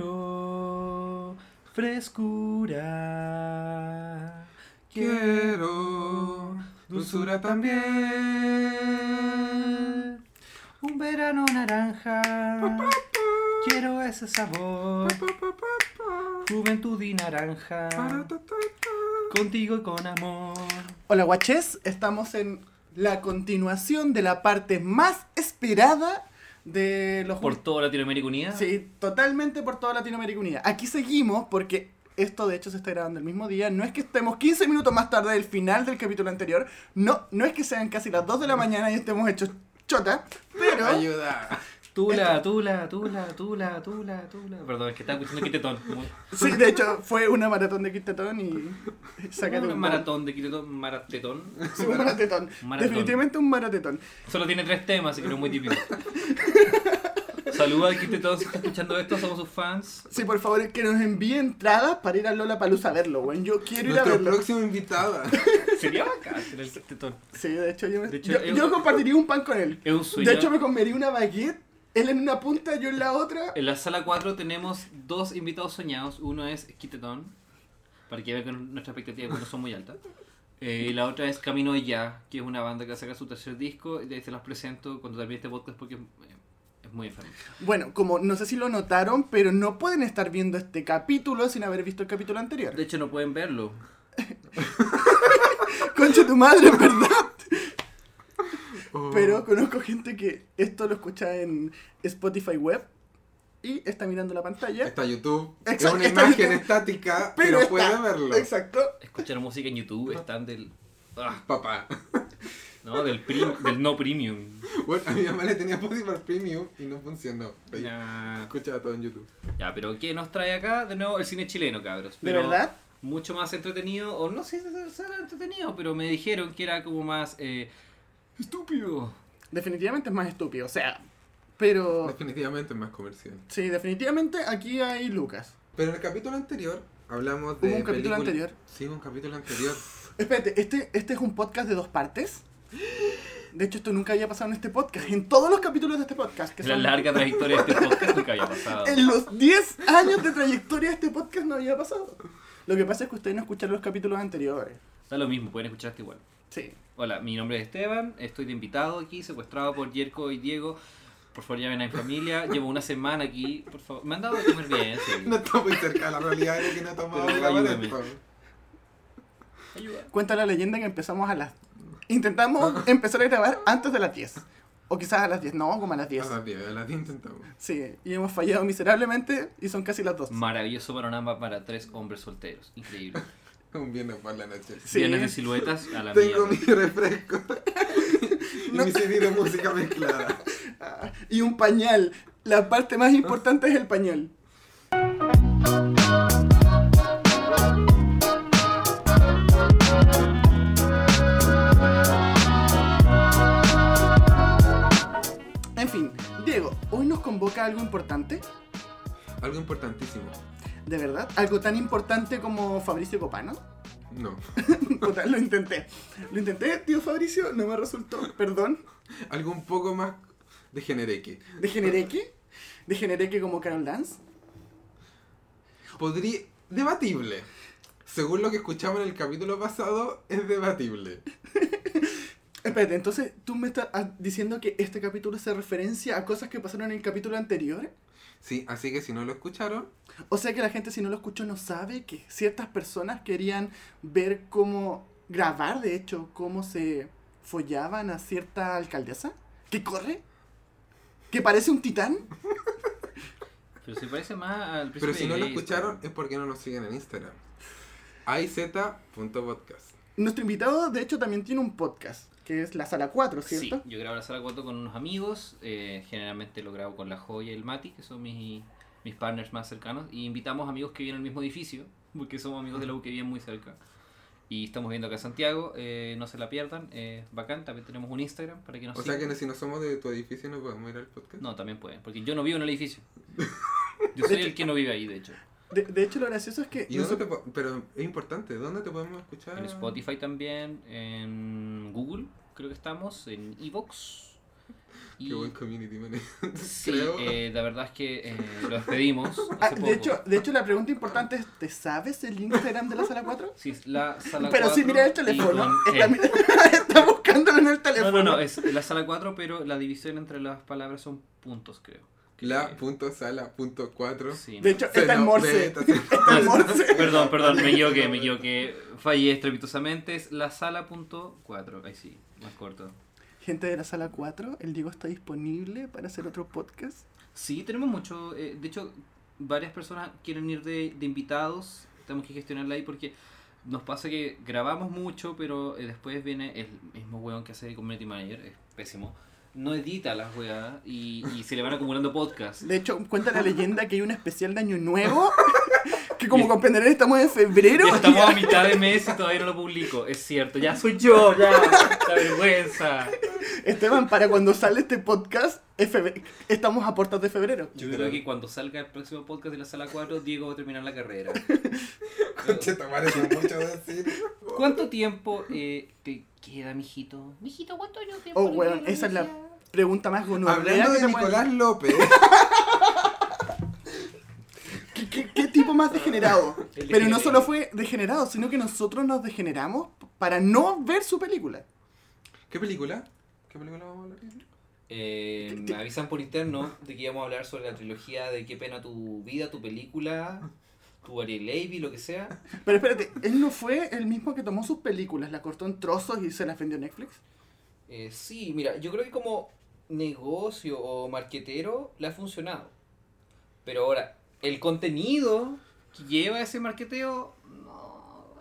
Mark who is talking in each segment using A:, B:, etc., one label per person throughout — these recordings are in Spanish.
A: Quiero frescura.
B: Quiero dulzura también.
A: Un verano naranja. Quiero ese sabor. Juventud y naranja. Contigo y con amor.
C: Hola guaches, estamos en la continuación de la parte más esperada de los
D: Por toda Latinoamérica Unida.
C: Sí, totalmente por toda Latinoamérica Unida. Aquí seguimos porque esto de hecho se está grabando el mismo día. No es que estemos 15 minutos más tarde del final del capítulo anterior. No, no es que sean casi las 2 de la mañana y estemos hechos chota, pero
B: Ayuda.
D: Tula, tula, tula, tula, tula, tula. Perdón, es que estaba escuchando Quitetón.
C: sí, de hecho fue una maratón de Quintetón y sácate
D: Un
C: un
D: maratón de Quitetón, maratetón.
C: Sí, un maratetón.
D: Maratón.
C: Definitivamente un maratetón.
D: Solo tiene tres temas, así que no es muy típico. Saluda al Quitetón si está escuchando esto, somos sus fans.
C: Sí, por favor, que nos envíe entradas para ir a Lola Palusa a verlo, weón. Yo quiero ir a
B: Nuestro
C: verlo.
B: próximo invitado.
D: Sería bacán tener el Quitetón.
C: Sí, de hecho, yo, me-
D: De hecho,
C: yo,
D: es-
C: yo compartiría un pan con él.
D: Es un sueño.
C: De hecho, me comería una baguette, él en una punta, yo en la otra.
D: En la sala 4 tenemos dos invitados soñados. Uno es Quitetón, para que vean que nuestras expectativas pues, no son muy altas. Eh, y la otra es Camino Ya, que es una banda que va a sacar su tercer disco. Y ahí se las presento cuando termine este podcast porque eh, es muy enfermo.
C: Bueno, como no sé si lo notaron, pero no pueden estar viendo este capítulo sin haber visto el capítulo anterior.
D: De hecho, no pueden verlo.
C: Concha tu madre, es ¿verdad?
B: Oh.
C: Pero conozco gente que esto lo escucha en Spotify web y está mirando la pantalla.
B: Está YouTube.
C: Exacto,
B: es una
C: está
B: imagen
C: YouTube.
B: estática, Eh, pero,
C: está-
B: puede verlo.
C: Exacto.
D: Escuchar música en YouTube están del. ah,
B: Papá.
D: no, del, prim- del no premium.
B: Bueno, a mi mamá le tenía Spotify Premium y no funcionó. Ella
D: Ya.
B: Escuchaba todo en YouTube.
D: Ya, pero ¿qué nos trae acá? De nuevo, el cine chileno, cabros.
C: ¿De
D: Pero
C: verdad?
D: Mucho más entretenido, o no sé si será entretenido, pero me dijeron que era como más eh, estúpido.
C: Definitivamente es más estúpido, o sea,
B: Oh.
C: pero...
B: Definitivamente es más comercial.
C: Sí, definitivamente aquí hay Lucas.
B: Pero en el capítulo anterior hablamos de.
C: ¿Hubo un capítulo
B: películas-
C: anterior?
B: Sí, hubo un capítulo anterior.
C: Espérate, este, este es un podcast de dos partes. De hecho, esto nunca había pasado en este podcast. En todos los capítulos de este podcast, que
D: La
C: son-
D: larga trayectoria de este podcast nunca había pasado.
C: en los 10 años de trayectoria de este podcast no había pasado. Lo que pasa es que ustedes no escucharon los capítulos anteriores.
D: Da lo mismo, pueden escuchar este igual.
C: Sí.
D: Hola, mi nombre es Esteban, estoy de invitado aquí, secuestrado por Yerko y Diego. Por favor, llamen a mi familia. Llevo una semana aquí, por favor. Me han dado de comer bien, sí.
B: No está muy cerca, la realidad era que no tomaba
D: Pero
B: la
D: ayúdame.
B: paleta.
D: Ayuda.
C: Cuenta la leyenda que empezamos a las... Intentamos empezar a grabar antes de las 10. O quizás a las 10, no, como a las 10.
B: A las 10, a las 10 Ah, intentamos.
C: Sí, y hemos fallado miserablemente y son casi las 2.
D: Maravilloso panorama para tres hombres solteros. Increíble.
B: Un viernes por la noche.
C: Sí.
D: Viernes de siluetas a la
B: Tengo
D: mierda.
B: mi refresco. y mi CD de música mezclada.
C: Ah, y un pañal. La parte más importante es el pañal. En fin, Diego, hoy nos convoca algo importante,
B: Algo importantísimo.
C: de verdad, algo tan importante como Fabricio Copano.
B: No.
C: Puta, lo intenté, lo intenté, tío Fabricio, no me resultó, perdón.
B: Algo un poco más de genereque.
C: Degenereque, degenereque como Carol Dance.
B: Podría. Debatible. Según lo que escuchamos en el capítulo pasado, es debatible.
C: Espérate, entonces tú me estás ah, diciendo que este capítulo se referencia a cosas que pasaron en el capítulo anterior.
B: Sí, así que si no lo escucharon,
C: O sea que la gente si no lo escuchó no sabe que ciertas personas querían ver cómo grabar, de hecho, cómo se follaban a cierta alcaldesa que corre, que parece un titán.
D: Pero se parece más al
B: pero si no lo
D: Grey,
B: escucharon es porque no nos siguen en Instagram. AIZ.podcast.
C: Nuestro invitado, de hecho, también tiene un podcast, que es la sala 4,
D: Sí,
C: ¿cierto?
D: yo grabo la sala 4 con unos amigos, eh, generalmente lo grabo con la Joya y el Mati, que son mis, mis partners más cercanos, y invitamos amigos que viven en el mismo edificio, porque somos amigos de la U que viven muy cerca. Y estamos viendo acá en Santiago, eh, no se la pierdan, eh, bacán, también tenemos un Instagram para que nos
B: O sea
D: sigan.
B: que si no somos de tu edificio no podemos ir al podcast.
D: No, también pueden, porque yo no vivo en el edificio. Yo soy el que no vive ahí, de hecho.
C: De, de hecho, lo gracioso es que...
B: ¿Y dónde
C: nosotros-
B: te po- pero es importante, ¿dónde te podemos escuchar?
D: En Spotify también, en Google creo que estamos, en Evox, Y
B: Qué buen community manager.
D: sí,
B: creo.
D: eh, la verdad es que eh, lo despedimos.
C: Ah,
D: hace poco.
C: de, hecho, de hecho, la pregunta importante es, ¿te sabes el Instagram de la sala 4?
D: Sí, es la sala
C: Pero si
D: cuatro
C: mira el
D: y
C: teléfono,
D: con
C: está,
D: E.
C: mi- está buscándolo en el
D: No,
C: teléfono.
D: no, no, es la sala 4, pero la división entre las palabras son puntos, creo. Que-
B: La punto sala punto cuatro.
D: Eh, Sí,
C: De
D: no.
C: hecho,
B: Se
C: está en
B: no-
C: Morse.
B: de-
C: Está
B: está-
C: en Morse.
D: Perdón, perdón, me equivoqué, me equivoqué. Fallé estrepitosamente, es la sala punto 4. Ahí sí, más corto.
C: Gente de la sala 4, el Diego está disponible para hacer otro podcast.
D: Sí, tenemos mucho. eh, de hecho, varias personas quieren ir de, de invitados. Tenemos que gestionarla ahí porque nos pasa que grabamos mucho, pero eh, después viene el mismo weón que hace de community manager, es pésimo. No edita las weas y, y se le van acumulando podcasts.
C: De hecho, cuenta la leyenda que hay un especial de Año Nuevo. Que como
D: Y-
C: comprenderán, estamos en febrero.
D: Ya estamos a mitad de mes y todavía no lo publico. Es cierto, ya soy yo, ya. La vergüenza.
C: Esteban, para cuando sale este podcast, es febr- estamos a puertas de febrero.
D: Yo creo que cuando salga el próximo podcast de la sala 4, Diego va a terminar la carrera.
B: Concha, tu madre, eso es mucho decir.
D: ¿Cuánto tiempo eh, te queda, mijito?
E: Mijito, ¿cuánto yo te
C: Oh, weón, esa es la pregunta más gonorrea
B: Hablando
C: que
B: de
C: te pueden-
B: Nicolás López.
C: ¿Qué, qué, qué tipo más degenerado?
D: El
C: Pero no
D: degenerado.
C: solo fue degenerado, sino que nosotros nos degeneramos para no ver su película.
B: ¿Qué película? ¿Qué película vamos a hablar?
D: Eh, me avisan por interno de que íbamos a hablar sobre la trilogía de Qué pena tu vida, tu película, tu Ariel Levy, lo que sea.
C: Pero espérate, ¿él no fue el mismo que tomó sus películas, las cortó en trozos y se las vendió a Netflix?
D: Eh, sí, mira, yo creo que como negocio o marquetero le ha funcionado. Pero ahora, el contenido que lleva ese marqueteo no.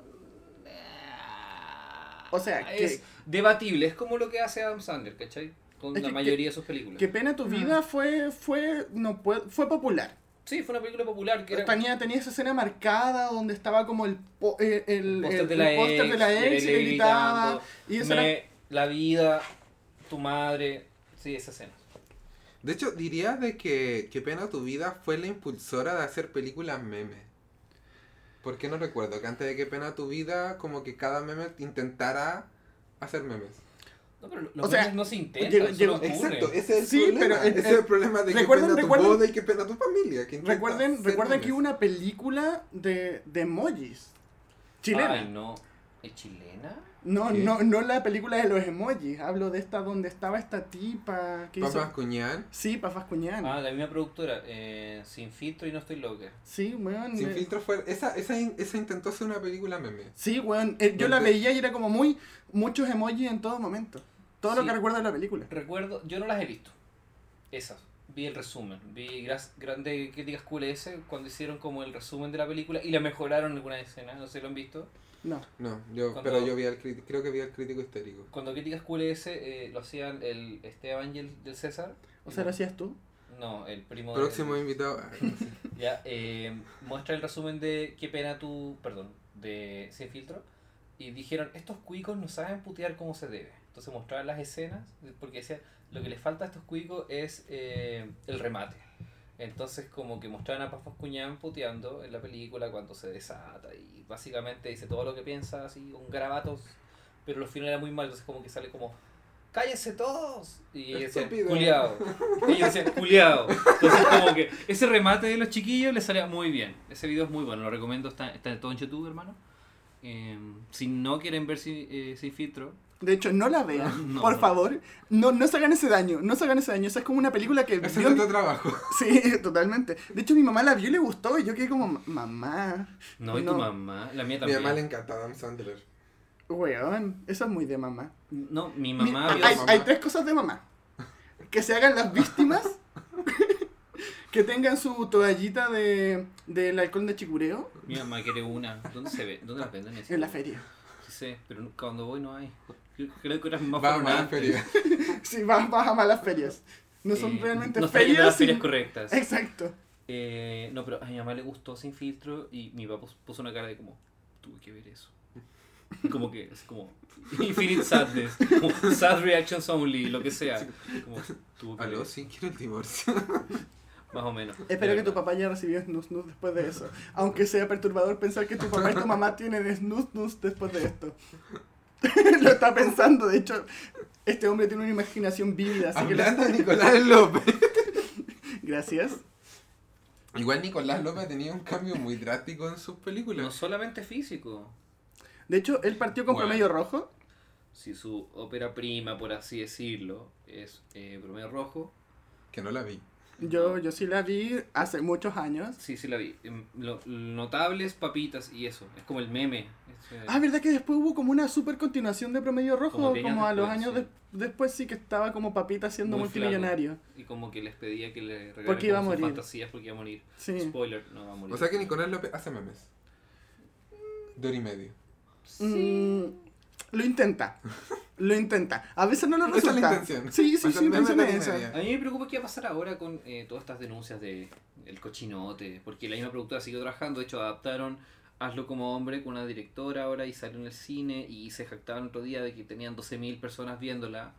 C: O sea, que-
D: es debatible, es como lo que hace Adam Sandler, ¿cachai? Con
C: Es
D: la
C: que-
D: mayoría de sus películas.
C: Qué pena tu vida fue, fue, no puede- fue popular.
D: Sí, fue una película popular que era
C: Tenía, tenía esa escena marcada donde estaba como el, po- eh, el,
D: póster
C: el-
D: de la
C: el póster
D: ex,
C: de la ex
D: Lele
C: y le gritaba.
D: gritando,
C: Y eso
D: "Me,
C: era-
D: la vida, tu madre, sí, esa escena.
B: De hecho, diría de que Qué pena tu vida fue la impulsora de hacer películas memes. Porque no recuerdo que antes de Qué pena tu vida, como que cada meme intentara hacer memes.
D: No, pero los
C: O sea,
D: memes no se intentan,
C: llegó-
D: solo
C: llegó-
D: ocurre.
B: Exacto, ese es el
C: Sí,
B: problema.
C: pero es-
B: ese es el problema de qué
C: recuerden-
B: pena tu
C: recuerden-
B: boda y qué pena tu familia. que intenta
C: Recuerden,
B: hacer
C: recuerden que
B: memes.
C: hubo una película de, de emojis chilena.
D: Ay, no. ¿Es chilena?
C: No,
B: ¿Qué?
C: no, no la película de los emojis. Hablo de esta donde estaba esta tipa que
B: Papá
C: hizo.
B: Cuñán,
C: Sí, Pafas Cuñán.
D: Ah, la misma productora, eh, Sin Filtro y No Estoy Loca.
C: Sí, weón.
B: sin
C: eh,
B: filtro fue. Esa, esa, in- esa intentó hacer una película meme.
C: Sí, weón. eh, yo la
B: Donde-
C: veía y era como muy. Muchos emojis en todo momento. Todo lo
D: Sí.
C: que recuerdo de la película.
D: Recuerdo, yo no las he visto, esas. Vi el resumen, vi gras- grandes críticas QLS cuando hicieron como el resumen de la película y la mejoraron en algunas escenas, no sé si lo han visto.
C: No.
B: No, yo,
D: Cuando-
B: pero yo vi al crítico, creo que vi al crítico histérico.
D: Cuando críticas QLS eh, lo hacían el Esteban y el del César.
C: O sea, lo hacías tú.
D: No, el primo de-
B: Próximo invitado. ah,
D: Ya, eh, muestra el resumen de qué pena tu. Perdón, de Sin Filtro. Y dijeron, estos cuicos no saben putear como se debe. Entonces mostraban las escenas, porque decían, lo que les falta a estos cuicos es eh, el remate. Entonces como que mostraban a Pafos Cuñán puteando en la película cuando se desata y básicamente dice todo lo que piensa así con grabatos, pero los finales era muy mal, entonces como que sale como ¡Cállense todos! Y ellos decían
B: Estúpido.
D: ¡Culeado! Ellos decían ¡Culeado! Entonces como que ese remate de los chiquillos les salía muy bien. Ese video es muy bueno, lo recomiendo, está, está todo en YouTube, hermano. Eh, si no quieren ver sin, eh, sin filtro,
C: De hecho, no la vean.
D: No.
C: Por favor. No, no se hagan ese daño. No se hagan ese daño. Esa es como una película que.
B: Ese
C: vio
B: es
C: mi-
B: otro trabajo.
C: Sí, totalmente. De hecho, mi mamá la vio y le gustó. Y yo quedé como, mamá.
D: no, y pues
C: No.
D: tu mamá, la mía
B: Mi
D: también.
B: mamá le encanta Adam Sandler.
C: Weón. Eso es muy de mamá.
D: No, mi
C: Mi-
D: mamá vio
C: hay,
B: su-
C: hay tres cosas de mamá. Que se hagan las víctimas. que tengan su toallita de, del alcohol de chicureo
D: Mi mamá quiere una. ¿Dónde se ve? ¿Dónde las venden? esas?
C: en la feria.
D: Sí sé, pero nunca- cuando voy no hay. Yo Creo que eran más
B: Va a una
D: antes.
B: feria.
C: Sí, vas, vas a malas ferias. No son
D: Eh,
C: realmente
D: no están yendo a
C: ferias.
D: las ferias
C: sin-
D: correctas.
C: Exacto.
D: Eh, no, pero a mi mamá le gustó sin filtro y mi papá pus- puso una cara de como, tuve que ver eso. Y Como que, es como, infinite sadness, como sad reactions only, lo que sea. Como, tuve que ver
B: Aló,
D: eso".
B: sí, quiero el divorcio.
D: Más o menos.
C: Espero
D: De
C: que tu
D: verdad.
C: papá haya recibido snus nus después de eso. Aunque sea perturbador pensar que tu papá y tu mamá tienen snus nus después de esto. Lo está pensando, de hecho. Este hombre tiene una imaginación vívida, así que le-
B: Hablando de Nicolás López.
C: Gracias.
B: Igual Nicolás López tenía un cambio muy drástico en sus
D: No
B: películas.
D: solamente físico,
C: De hecho, él partió con
B: Bueno.
C: promedio rojo.
D: si su ópera prima, por así decirlo, es eh, Promedio Rojo,
B: Que no la vi.
C: Yo, yo sí la vi hace muchos años.
D: sí, sí la vi. Em, Lo, notables papitas y eso, es como el meme. es, eh,
C: Ah, ¿verdad que después hubo como una super continuación de Promedio Rojo?
D: Como
C: Como,
D: diez años
C: a los
D: después,
C: años
D: sí.
C: de- después sí que estaba como papita siendo
D: Muy
C: multimillonario.
D: y como que les pedía que le regalaran
C: Porque iba a
D: como sus
C: morir.
D: fantasías porque iba a morir.
C: Sí.
D: Spoiler, no va a morir.
B: O sea que Nicolás López hace memes. De hora y medio.
C: Mm, lo intenta. Lo intenta. A veces no lo
B: Esa es la
C: resulta.
B: intención.
C: Sí, sí,
B: Hacer
C: sí, la
B: memes
C: intención
B: de
C: es
B: comedia.
C: esa.
D: A mí me preocupa qué va a pasar ahora con eh, todas estas denuncias de el cochinote, porque la misma productora siguió trabajando, de hecho adaptaron Hazlo como hombre con una directora ahora y salió en el cine y se jactaban otro día de que tenían 12.000 personas viéndola.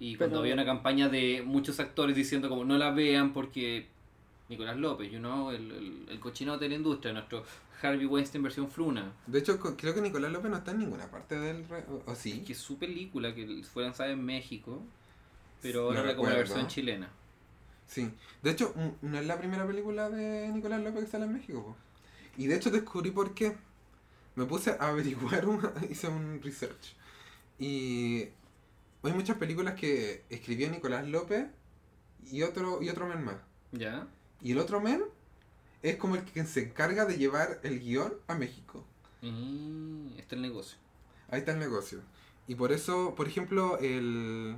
D: Y cuando
C: Pero-
D: había una campaña de muchos actores diciendo como no la vean porque Nicolás López, you know, el, el, el cochinote de la industria, nuestro Harvey Weinstein versión Fruna,
B: De hecho, co- creo que Nicolás López no está en ninguna parte del... re- ¿O, o sí?
D: que es su película que fue lanzada en México, pero ahora
B: No
D: era como la
B: recuerdo.
D: versión chilena.
B: Sí. De hecho, n- no es la primera película de Nicolás López que sale en México. po. Y de hecho descubrí por qué. Me puse a averiguar, una- hice un research. Y hay muchas películas que escribió Nicolás López y otro, y otro men más.
D: ¿Ya?
B: Y el otro men es como el que se encarga de llevar el guión a México.
D: Mm, está el negocio.
B: Ahí está el negocio. Y por eso, por ejemplo, el...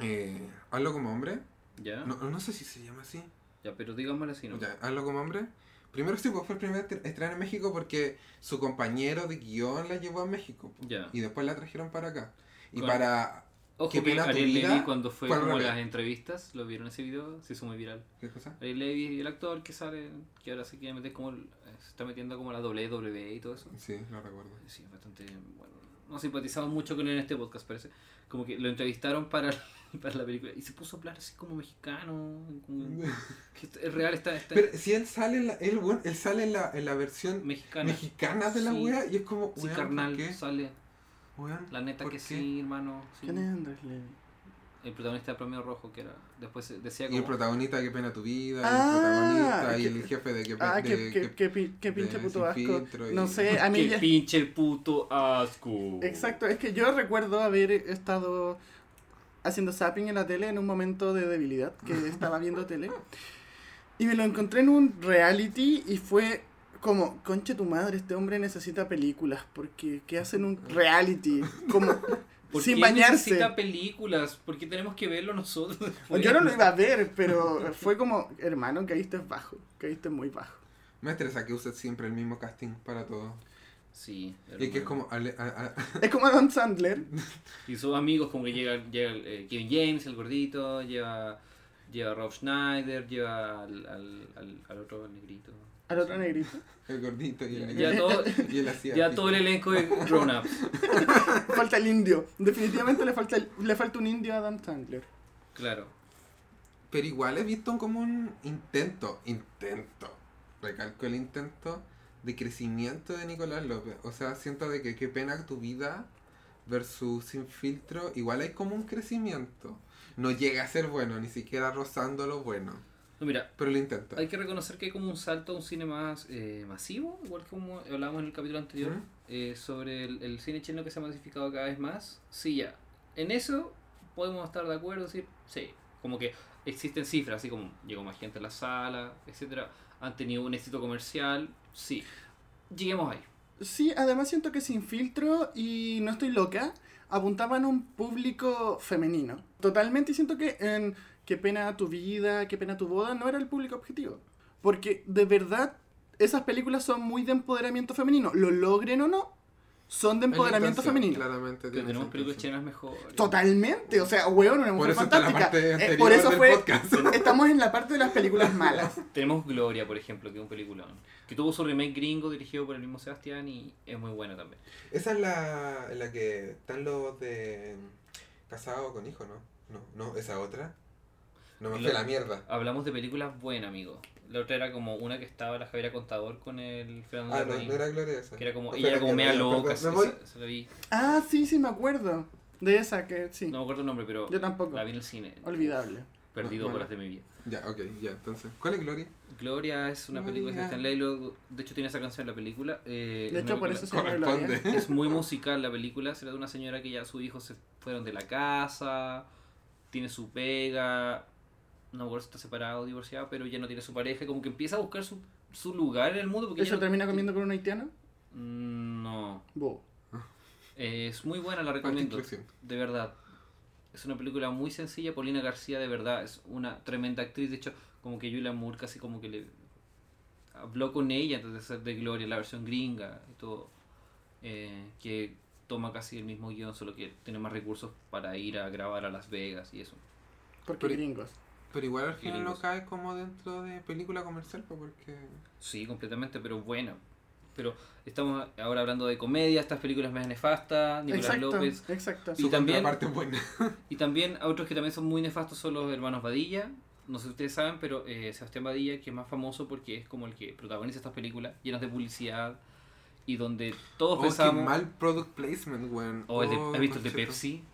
B: eh, hazlo como hombre.
D: ¿Ya?
B: No, no sé si se llama así.
D: Ya, pero digámoslo así, ¿no?
B: Ya, hazlo como hombre. Primero sí, pues, fue el primer estre- estreno en México porque su compañero de guión la llevó a México. pues.
D: Ya.
B: Y después la trajeron para acá. Y
D: Con-
B: para...
D: Ojo
B: Qué
D: que
B: pena tu
D: Ariel
B: vida,
D: Levy cuando fue
B: fue al
D: como
B: revés.
D: las entrevistas, ¿lo vieron ese video? Se hizo muy viral.
B: ¿Qué cosa?
D: Ariel Levy, el actor que sale, que ahora se quiere meter como, el- se está metiendo como la WWE y todo eso.
B: Sí, lo recuerdo.
D: Sí, es bastante, bueno, no simpatizamos mucho con él en este podcast, parece. Como que lo entrevistaron para, para la película y se puso a hablar así como mexicano, como- que es real, está, está
B: Pero si él sale en la, él, weón, él sale en la, en la versión
D: mexicana.
B: mexicana de la
D: Sí.
B: wea y es como...
D: Sí,
B: weón, ¿por
D: carnal,
B: qué?
D: sale.
B: Weón,
D: La neta
B: ¿por
D: que
B: qué?
D: sí, hermano. sí.
C: ¿Quién es Andrés Levy?
D: El protagonista de Premio Rojo, que era, después decía
B: Y el
D: como...
B: protagonista de Qué pena tu vida,
C: Ah,
B: y el protagonista, y
C: que-
B: el jefe de Qué pena...
C: Ah,
B: de
C: qué, qué,
B: Qué-
C: qué pi- qué
B: de
C: pinche puto
B: Sin
C: asco.
B: Filtro y-
C: No sé, a mí
D: ¡Qué
C: ya...
D: pinche puto asco!
C: Exacto, es que yo recuerdo haber estado haciendo zapping en la tele en un momento de debilidad, que estaba viendo tele, y me lo encontré en un reality y fue como, conche tu madre, este hombre necesita películas, porque ¿qué hacen un reality? Como,
D: ¿Por
C: sin
D: qué
C: bañarse.
D: necesita películas? ¿Por qué tenemos que verlo nosotros? después?
C: Pues Yo no lo iba a ver, pero fue como, hermano, caíste bajo, caíste muy bajo.
B: Me estresa que use siempre el mismo casting para todo.
D: Sí.
B: Y que es
D: hermano.
B: como... ale- a- a-
C: Es como Adam Sandler,
D: Y sus amigos, como que llega, llega el, eh, Kevin James, el gordito, lleva... Lleva a Rob Schneider, lleva al, al, al, al otro negrito.
C: al otro negrito.
B: el gordito y
D: Ya,
B: el...
D: ya todo,
B: Y el asiático.
D: ya todo el elenco de Grown Ups.
C: Falta el indio, definitivamente le falta, el- le falta un indio a Adam Sandler.
D: Claro.
B: Pero igual he visto como un intento, intento, recalco el intento de crecimiento de Nicolás López. O sea, siento de que qué pena tu vida versus sin filtro, igual hay como un crecimiento. No llega a ser bueno, ni siquiera rozando lo bueno.
D: No, mira,
B: Pero lo intenta.
D: Hay que reconocer que hay como un salto a un cine más eh, masivo, igual como hablábamos en el capítulo anterior,
B: Ujú.
D: eh, sobre el, el cine chileno que se ha masificado cada vez más. Sí, ya. En eso podemos estar de acuerdo, decir, sí. Como que existen cifras, así como llegó más gente a la sala, etcétera Han tenido un éxito comercial, sí. Lleguemos ahí.
C: Sí, además siento que sin filtro y no estoy loca, apuntaban a un público femenino. Totalmente, y siento que en Qué pena tu vida, qué pena tu boda, no era el público objetivo. Porque de verdad, esas películas son muy de empoderamiento femenino. Lo logren o no, son de
B: Es la
C: empoderamiento
B: intención,
C: femenino.
B: Claramente
D: Pero
B: tiene
D: tenemos
B: esa
D: películas
B: intención.
D: chilenas mejores.
C: Totalmente, o sea, weón, una
B: Por
C: mujer
B: eso está la
C: fantástica.
B: parte
C: Eh,
B: anterior
C: por eso
B: del
C: fue.
B: podcast.
C: Estamos en la parte de las películas malas.
D: Tenemos Gloria, por ejemplo, que es un peliculón. Que tuvo su remake gringo dirigido por el mismo Sebastián y es muy bueno también.
B: Esa es la, en la que están los de casado con hijo, ¿no? No, no, esa otra. No me
D: Y
B: fue
D: lo-
B: la mierda.
D: Hablamos de películas buenas, amigo. La otra era como una que estaba la Javiera Contador con el Fernando
B: Ah, no,
D: Larraín,
B: no era Gloria esa.
D: Que era como,
B: No fue
D: ella era
B: la
D: como
B: mierda,
D: media
B: ya,
D: loca,
B: perdón,
D: se,
B: me voy.
D: se- se la vi.
C: Ah, sí, sí, me acuerdo. De esa que sí.
D: No me acuerdo el nombre, pero
C: Yo tampoco.
D: la vi en el cine.
C: Olvidable.
D: Perdido
B: Bueno.
D: por las de mi vida.
B: Ya, ok, ya, entonces. ¿Cuál es Gloria?
D: Gloria es una película de
B: Gloria.
D: Christian Lalo. De hecho, tiene esa canción en la película. eh, es
C: De
D: una
C: hecho, por
D: película-
C: eso se llama Gloria.
B: Corresponde.
D: Es muy musical la película, será de una señora que ya sus hijos se fueron de la casa, tiene su pega, no me acuerdo si está separado o divorciado, pero ya no tiene su pareja, como que empieza a buscar su, su lugar en el mundo. Porque ya
C: ¿Eso
D: no-
C: termina comiendo con un haitiano?
D: Mm, No,
C: Bo.
D: Eh, es muy buena, la
B: Parte
D: recomiendo,
B: inclusión.
D: de verdad. Es una película muy sencilla, Paulina García de verdad es una tremenda actriz, de hecho, como que Julia Moore casi como que le habló con ella antes de ser de Gloria, la versión gringa y todo, eh, que toma casi el mismo guión, solo que tiene más recursos para ir a grabar a Las Vegas y eso.
C: Porque
B: Pero-
C: gringos.
B: Pero igual al final no
D: Gringos.
B: cae como dentro de película comercial, pues, porque.
D: Sí, completamente, pero bueno. Pero estamos ahora hablando de comedia, estas películas más nefastas, Nicolás
C: Exacto,
D: López.
C: exacto.
D: Y
B: Su
D: también-
B: contraparte es buena.
D: Y también a otros que también son muy nefastos son los hermanos Badilla. No sé si ustedes saben, pero eh, Sebastián Badilla, que es más famoso porque es como el que protagoniza estas películas llenas de publicidad y donde todos
B: Oh, qué
D: pensamos...
B: mal product placement, weón.
D: O el de,
B: Oh,
D: ¿Has visto el de
B: concheto.
D: Pepsi?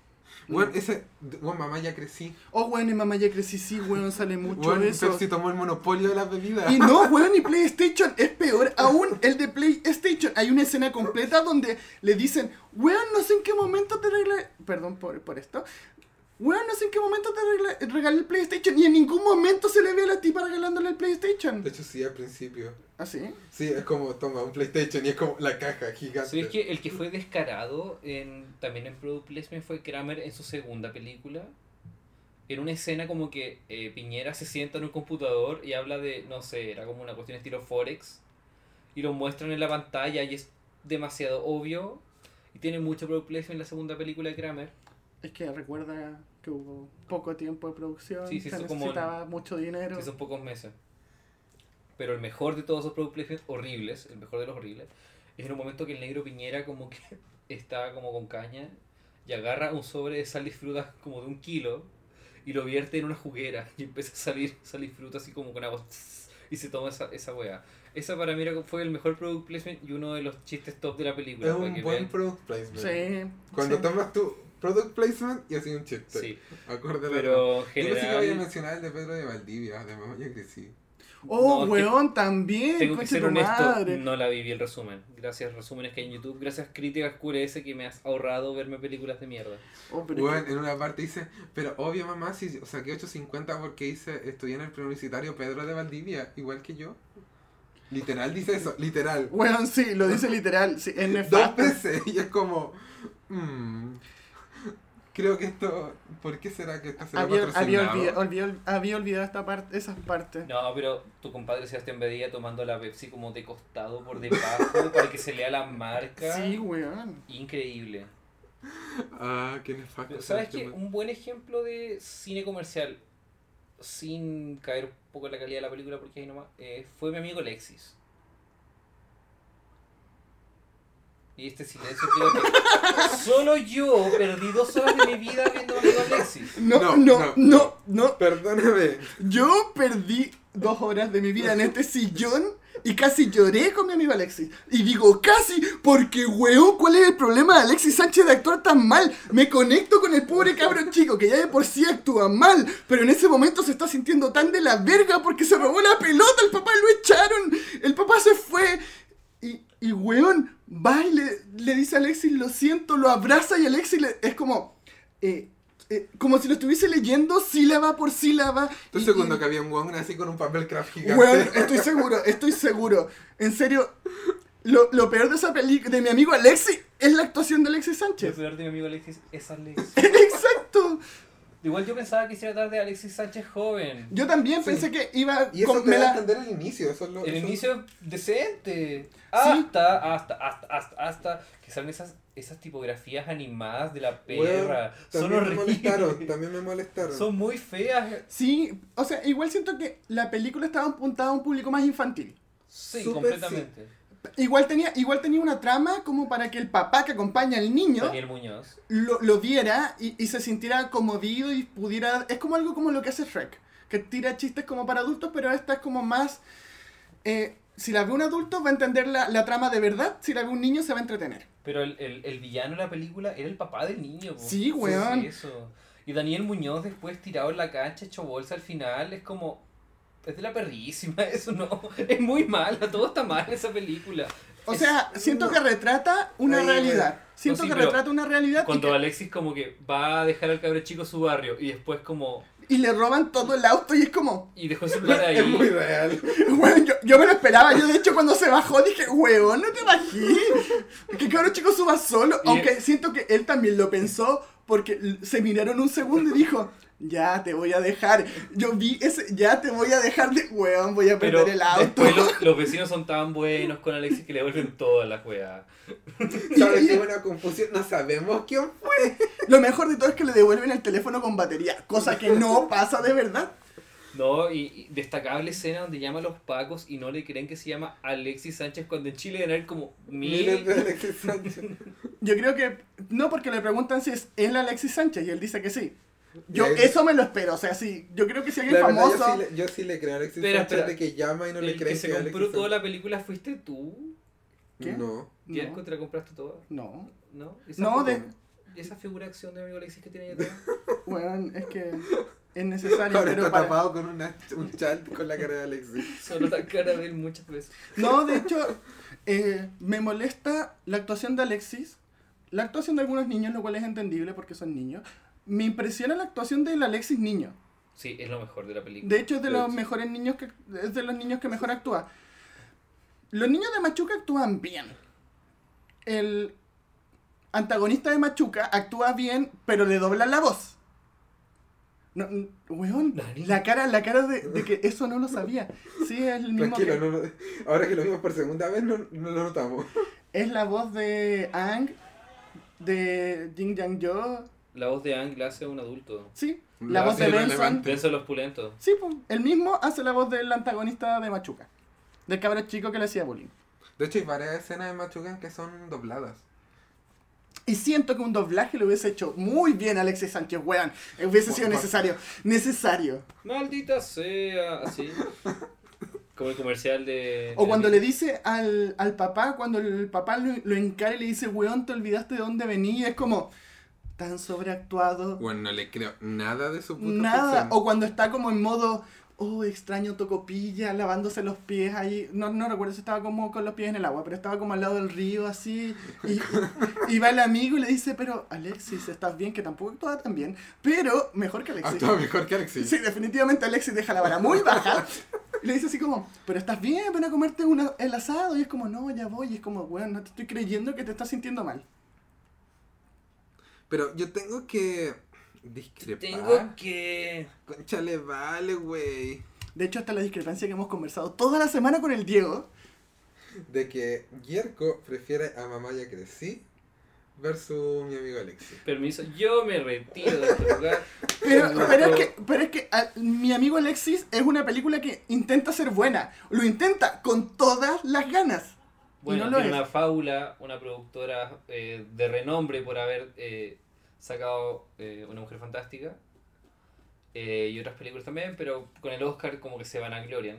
B: Weón, ese. Weón, mamá, ya crecí.
C: Oh, weón, y mamá ya crecí, sí, weón, sale mucho
B: Weón,
C: de eso.
B: Pepsi tomó el monopolio de las bebidas.
C: Y no, weón, y PlayStation es peor aún el de PlayStation. Hay una escena completa donde le dicen, weón, no sé en qué momento te regalé. Perdón por, por esto. Weón, no sé en qué momento te regalé, regalé el PlayStation. Y en ningún momento se le ve a la tipa regalándole el PlayStation. ¿Ah,
B: De hecho, sí, al principio.
C: ¿Así?
B: Sí, es como, toma, un PlayStation y es como la caja gigante.
D: ¿Sabes que el que fue descarado en, también en Product Placement fue Kramer en su segunda película? En una escena como que eh, Piñera se sienta en un computador y habla de, no sé, era como una cuestión estilo Forex. Y lo muestran en la pantalla y es demasiado obvio. Y tiene mucho Product Placement en la segunda película de Kramer.
C: Es que recuerda que hubo poco tiempo de producción,
D: Sí, sí,
C: se
D: eso como-
C: necesitaba mucho dinero.
D: Que son pocos meses. Pero el mejor de todos esos product placements horribles, el mejor de los horribles, es en un momento que el negro Piñera como que está como con caña y agarra un sobre de sal y frutas como de un kilo y lo vierte en una juguera y empieza a salir sal y fruta así como con agua tss, y se toma esa, esa weá. Esa para mí era- fue el mejor product placement y uno de los chistes top de la película.
B: Es
D: para
B: un
D: que
B: buen
D: vean.
B: product placement.
C: Sí.
B: Cuando
C: sí.
B: tomas tu product placement y así un chiste.
D: Sí,
B: Acorde a la-
D: pero
B: Yo pensé que había
D: general...
B: mencionado el de Pedro de Valdivia, de mamá ya crecí.
C: Oh,
D: No, es que
C: weón, también.
D: Tengo que
C: concha
D: ser
C: tu
D: honesto,
C: madre.
D: no la viví el resumen. Gracias resúmenes que hay en YouTube, gracias críticas QRS que me has ahorrado verme películas de mierda.
C: Oh, pero
B: Bueno, en una parte dice, pero obvio mamá, si yo saqué 8.50 porque hice, estudié en el preuniversitario Pedro de Valdivia, igual que yo. Literal dice eso, literal.
C: Weón, sí, lo dice literal. Sí, es
B: Dos
C: nefasto.
B: veces y es como, mm, creo que esto, ¿por qué será que esto será
C: Había, había,
B: patrocinado?
C: olvidado, olvidado- había olvidado esta parte, esas partes.
D: No, pero tu compadre Sebastián Bedilla tomando la Pepsi como de costado por debajo para que se lea la marca.
C: Sí, weón.
D: Increíble.
B: Ah, qué nefasto.
D: Pero, ¿Sabes qué?
B: Sebastián.
D: Un buen ejemplo de cine comercial, sin caer un poco en la calidad de la película porque ahí nomás, eh, fue mi amigo Lexis. Y este silencio creo que solo yo perdí dos horas de mi vida viendo a mi amigo Lexis.
C: No,
B: No,
C: no, no,
B: no,
C: no.
B: no. Perdóname.
C: Yo perdí dos horas de mi vida en este sillón y casi lloré con mi amigo Alexis. Y digo casi, porque weón, ¿cuál es el problema de Alexis Sánchez de actuar tan mal? Me conecto con el pobre cabrón chico que ya de por sí actúa mal, pero en ese momento se está sintiendo tan de la verga porque se robó la pelota, el papá lo echaron, el papá se fue. Y, y weón, va y le, le dice a Alexis, lo siento, lo abraza y Alexis le- es como... eh, eh, como si lo estuviese leyendo sílaba por sílaba.
B: Estoy
C: y-
B: seguro
C: y-
B: que había un weón así con un papel craft gigante.
C: Weón, estoy seguro, estoy seguro. En serio, lo, lo peor de esa película, de mi amigo Alexi, es la actuación de Alexis
D: El
C: Sánchez.
D: peor de mi amigo Alexis es Alexis.
C: Exacto.
D: Igual yo pensaba que se iba a tratar de Alexis Sánchez joven.
C: Yo también
B: Sí.
C: pensé que iba
B: y eso
C: con-
B: te
C: me
B: da a
C: la-
B: entender el inicio. Eso es lo,
D: El
B: eso-
D: inicio es decente. Hasta, hasta, hasta, hasta, hasta que salen esas, esas tipografías animadas de la
B: Weón,
D: perra. Son
B: También me molestaron,
D: horribles.
B: también me molestaron.
D: Son muy feas.
C: Sí, o sea, igual siento que la película estaba apuntada a un público más infantil.
D: Sí,
B: Súper
D: completamente.
C: Igual tenía, igual tenía una trama como para que el papá que acompaña al niño
D: Daniel Muñoz.
C: lo, lo viera y, y se sintiera conmovido y pudiera... Es como algo como lo que hace Shrek, que tira chistes como para adultos, pero esta es como más... eh, si la ve un adulto, va a entender la, la trama de verdad. Si la ve un niño, se va a entretener.
D: Pero el, el, el villano de la película era el papá del niño. po.
C: Sí, weón.
D: Sí, eso. Y Daniel Muñoz después tirado en la cancha, hecho bolsa al final, es como... Es de la perrísima, eso no. Es muy mala, todo está mal en esa película.
C: O
D: Es-
C: sea, siento que retrata una
B: Ay,
C: realidad. Siento
D: sí,
C: que
D: pero
C: retrata una realidad y
D: Cuando
C: que-
D: Alexis como que va a dejar al cabro chico su barrio y después como...
C: y le roban todo el auto y es como,
D: Y dejó el celular ahí.
B: Es muy real.
C: weón, yo, yo me lo esperaba. Yo de hecho cuando se bajó dije, weón, no te bajé. Que cabrón chico suba solo.
D: Y-
C: Aunque siento que él también lo pensó porque l- se miraron un segundo y dijo, ya te voy a dejar. Yo vi ese, ya te voy a dejar de, weón, voy a perder
D: Pero
C: el auto.
D: después los, los vecinos son tan buenos con Alexis que le vuelven todas las weas.
B: ¿Sabes qué buena confusión? No sabemos quién fue.
C: Lo mejor de todo es que le devuelven el teléfono con batería, cosa que no pasa de verdad.
D: No, y, y destacable escena donde llama a los pacos y no le creen que se llama Alexis Sánchez cuando en Chile ganar como
B: Miles
D: mil.
B: de Alexis Sánchez.
C: Yo creo que. No, porque le preguntan si es él Alexis Sánchez y él dice que sí. Yo
B: Bien.
C: eso me lo espero, o sea, sí. Yo creo que si alguien
B: La verdad,
C: famoso.
B: yo, sí le, yo sí le creo a Alexis
D: Espera,
B: Sánchez
D: espera.
B: de que llama y no le
D: El que
B: creen
D: se
B: que es
D: compró
B: Alexis
D: toda la película fuiste tú.
C: ¿Qué?
B: No.
D: ¿Y
C: No.
D: no. este te la compraste toda?
C: No.
D: ¿No? ¿Esa,
C: No,
D: figura-
C: de.
D: esa figura de acción de amigo Alexis que tiene ahí atrás.
C: Bueno, es que. Es necesario,
B: Ahora
C: pero
B: está
C: para-
B: tapado con una, un chat con la cara de Alexis.
D: Solo la cara de él muchas veces.
C: No, de hecho, eh, me molesta la actuación de Alexis, la actuación de algunos niños, lo cual es entendible porque son niños. Me impresiona la actuación del Alexis niño.
D: Sí, es lo mejor de la película.
C: De hecho, es de
B: De
C: los
B: hecho.
C: mejores niños que es de los niños que mejor actúa. Los niños de Machuca actúan bien. El antagonista de Machuca actúa bien, pero le doblan la voz. No, n- weón,
D: Dani.
C: la cara, la cara de, de que eso no lo sabía. Sí, es el mismo.
B: Tranquilo,
C: que-
B: no, no- ahora que lo vimos por segunda vez no, no lo notamos.
C: Es la voz de Ang, de Jin Yang Yo.
D: La voz de Ang la hace un adulto.
C: Sí, la
B: La
C: voz de
B: hace
C: Benson.
B: irrelevante.
D: Denso de los pulentos.
C: Sí, pues, el mismo hace la voz del antagonista de Machuca. Del cabrón chico que le hacía bullying.
B: De hecho, hay varias escenas de Machugan que son dobladas.
C: Y siento que un doblaje lo hubiese hecho muy bien a Alexis Sánchez, weón. Hubiese sido
B: Por- por-
C: necesario. Necesario.
D: Maldita sea, así. Como el comercial de.
C: O cuando le dice al, al papá, cuando el papá lo, lo encara y le dice, weón, te olvidaste de dónde venía. Es como, tan sobreactuado.
B: Bueno, no le creo nada de su puta
C: Nada. Oh,
B: actuación.
C: O cuando está como en modo, oh, extraño tocopilla, lavándose los pies ahí. No, no recuerdo si estaba como con los pies en el agua, pero estaba como al lado del río así. Y, y va el amigo y le dice, pero Alexis, estás bien, que tampoco actúa tan bien, pero mejor que Alexis.
B: Actúa mejor que Alexis.
C: Sí, definitivamente Alexis deja la vara muy baja. Y le dice así como, pero estás bien, ven a comerte una- el asado. Y es como, no, ya voy. Y es como, bueno, no te estoy creyendo que te estás sintiendo mal.
B: Pero yo tengo que discrepar.
C: Ah.
D: Tengo que.
B: Conchale, vale, güey.
C: De hecho, esta es la discrepancia que hemos conversado toda la semana con el Diego.
B: De que Gierko prefiere a mamá ya crecí versus mi amigo Alexis.
D: Permiso, yo me retiro de este lugar.
C: Pero, pero es que, pero es que ah, mi amigo Alexis es una película que intenta ser buena. Lo intenta con todas las ganas.
D: Bueno,
C: no lo
D: tiene
C: es.
D: una fábula, una productora eh, de renombre por haber eh, sacado eh, Una Mujer Fantástica eh, y otras películas también, pero con el Oscar como que se van a glorian.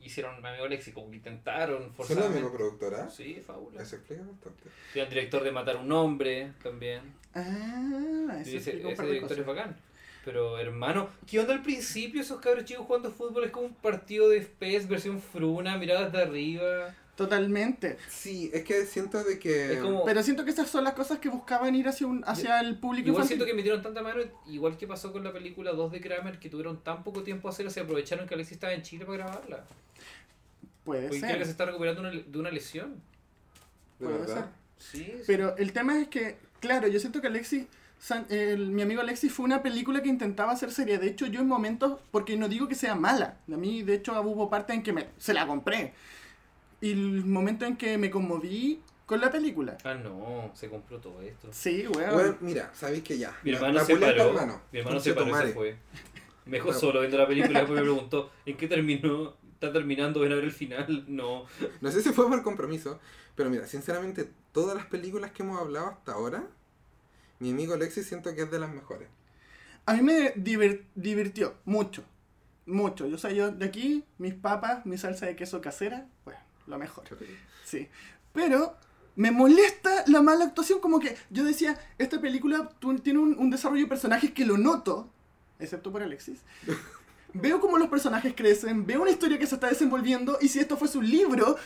D: Hicieron mi amigo Alexis, como que intentaron
B: ¿Son la misma
D: forzar.
B: productora?
D: Sí, fábula.
B: Eso explica bastante.
D: Tiene el director de Matar a un Hombre también.
C: Ah, eso
D: Y ese,
C: explica un
D: ese
C: par de
D: director es
C: cosas.
D: bacán. Pero hermano, ¿qué onda al principio esos cabros chicos jugando fútbol? Es como un partido de PES versión fruna, miradas de arriba.
C: Totalmente.
B: Sí, es que siento de que...
D: Es como...
C: Pero siento que esas son las cosas que buscaban ir hacia, un, hacia el público
D: Igual
C: infantil.
D: siento que metieron tanta mano, igual que pasó con la película 2 de Kramer, que tuvieron tan poco tiempo a hacerla, se aprovecharon que Alexis estaba en Chile para grabarla.
C: Puede
D: Hoy
C: ser.
D: creo que se está recuperando una- de una lesión.
B: De
C: puede
B: verdad.
C: ser.
D: Sí, sí.
C: Pero el tema es que, claro, yo siento que Alexis, San- el- mi amigo Alexis fue una película que intentaba hacer seria. De hecho, yo en momentos, porque no digo que sea mala, a mí de hecho hubo parte en que me, se la compré. Y el momento en que me conmoví con la película.
D: Ah, no, se compró todo esto.
C: Sí, weón.
B: Bueno, mira, sabéis que ya.
D: Mi
B: La-
D: hermano
B: la
D: se
B: pulenta,
D: paró.
B: hermano.
D: Mi hermano se paró y
B: Conchetumare.
D: se fue. Me dejó
B: No.
D: solo viendo la película y después me preguntó, ¿en qué terminó? ¿Está terminando? ¿Ven a ver el final? No.
B: No sé si fue por compromiso, pero mira, sinceramente, todas las películas que hemos hablado hasta ahora, mi amigo Alexis siento que es de las mejores.
C: A mí me divir- divirtió mucho. Mucho. Yo, o sea, yo de aquí, mis papas, mi salsa de queso casera, bueno, lo mejor. Sí. Pero me molesta la mala actuación. Como que yo decía, esta película tu- tiene un, un desarrollo de personajes que lo noto, excepto por Alexis. veo cómo los personajes crecen, veo una historia que se está desenvolviendo y si esto fuese un libro,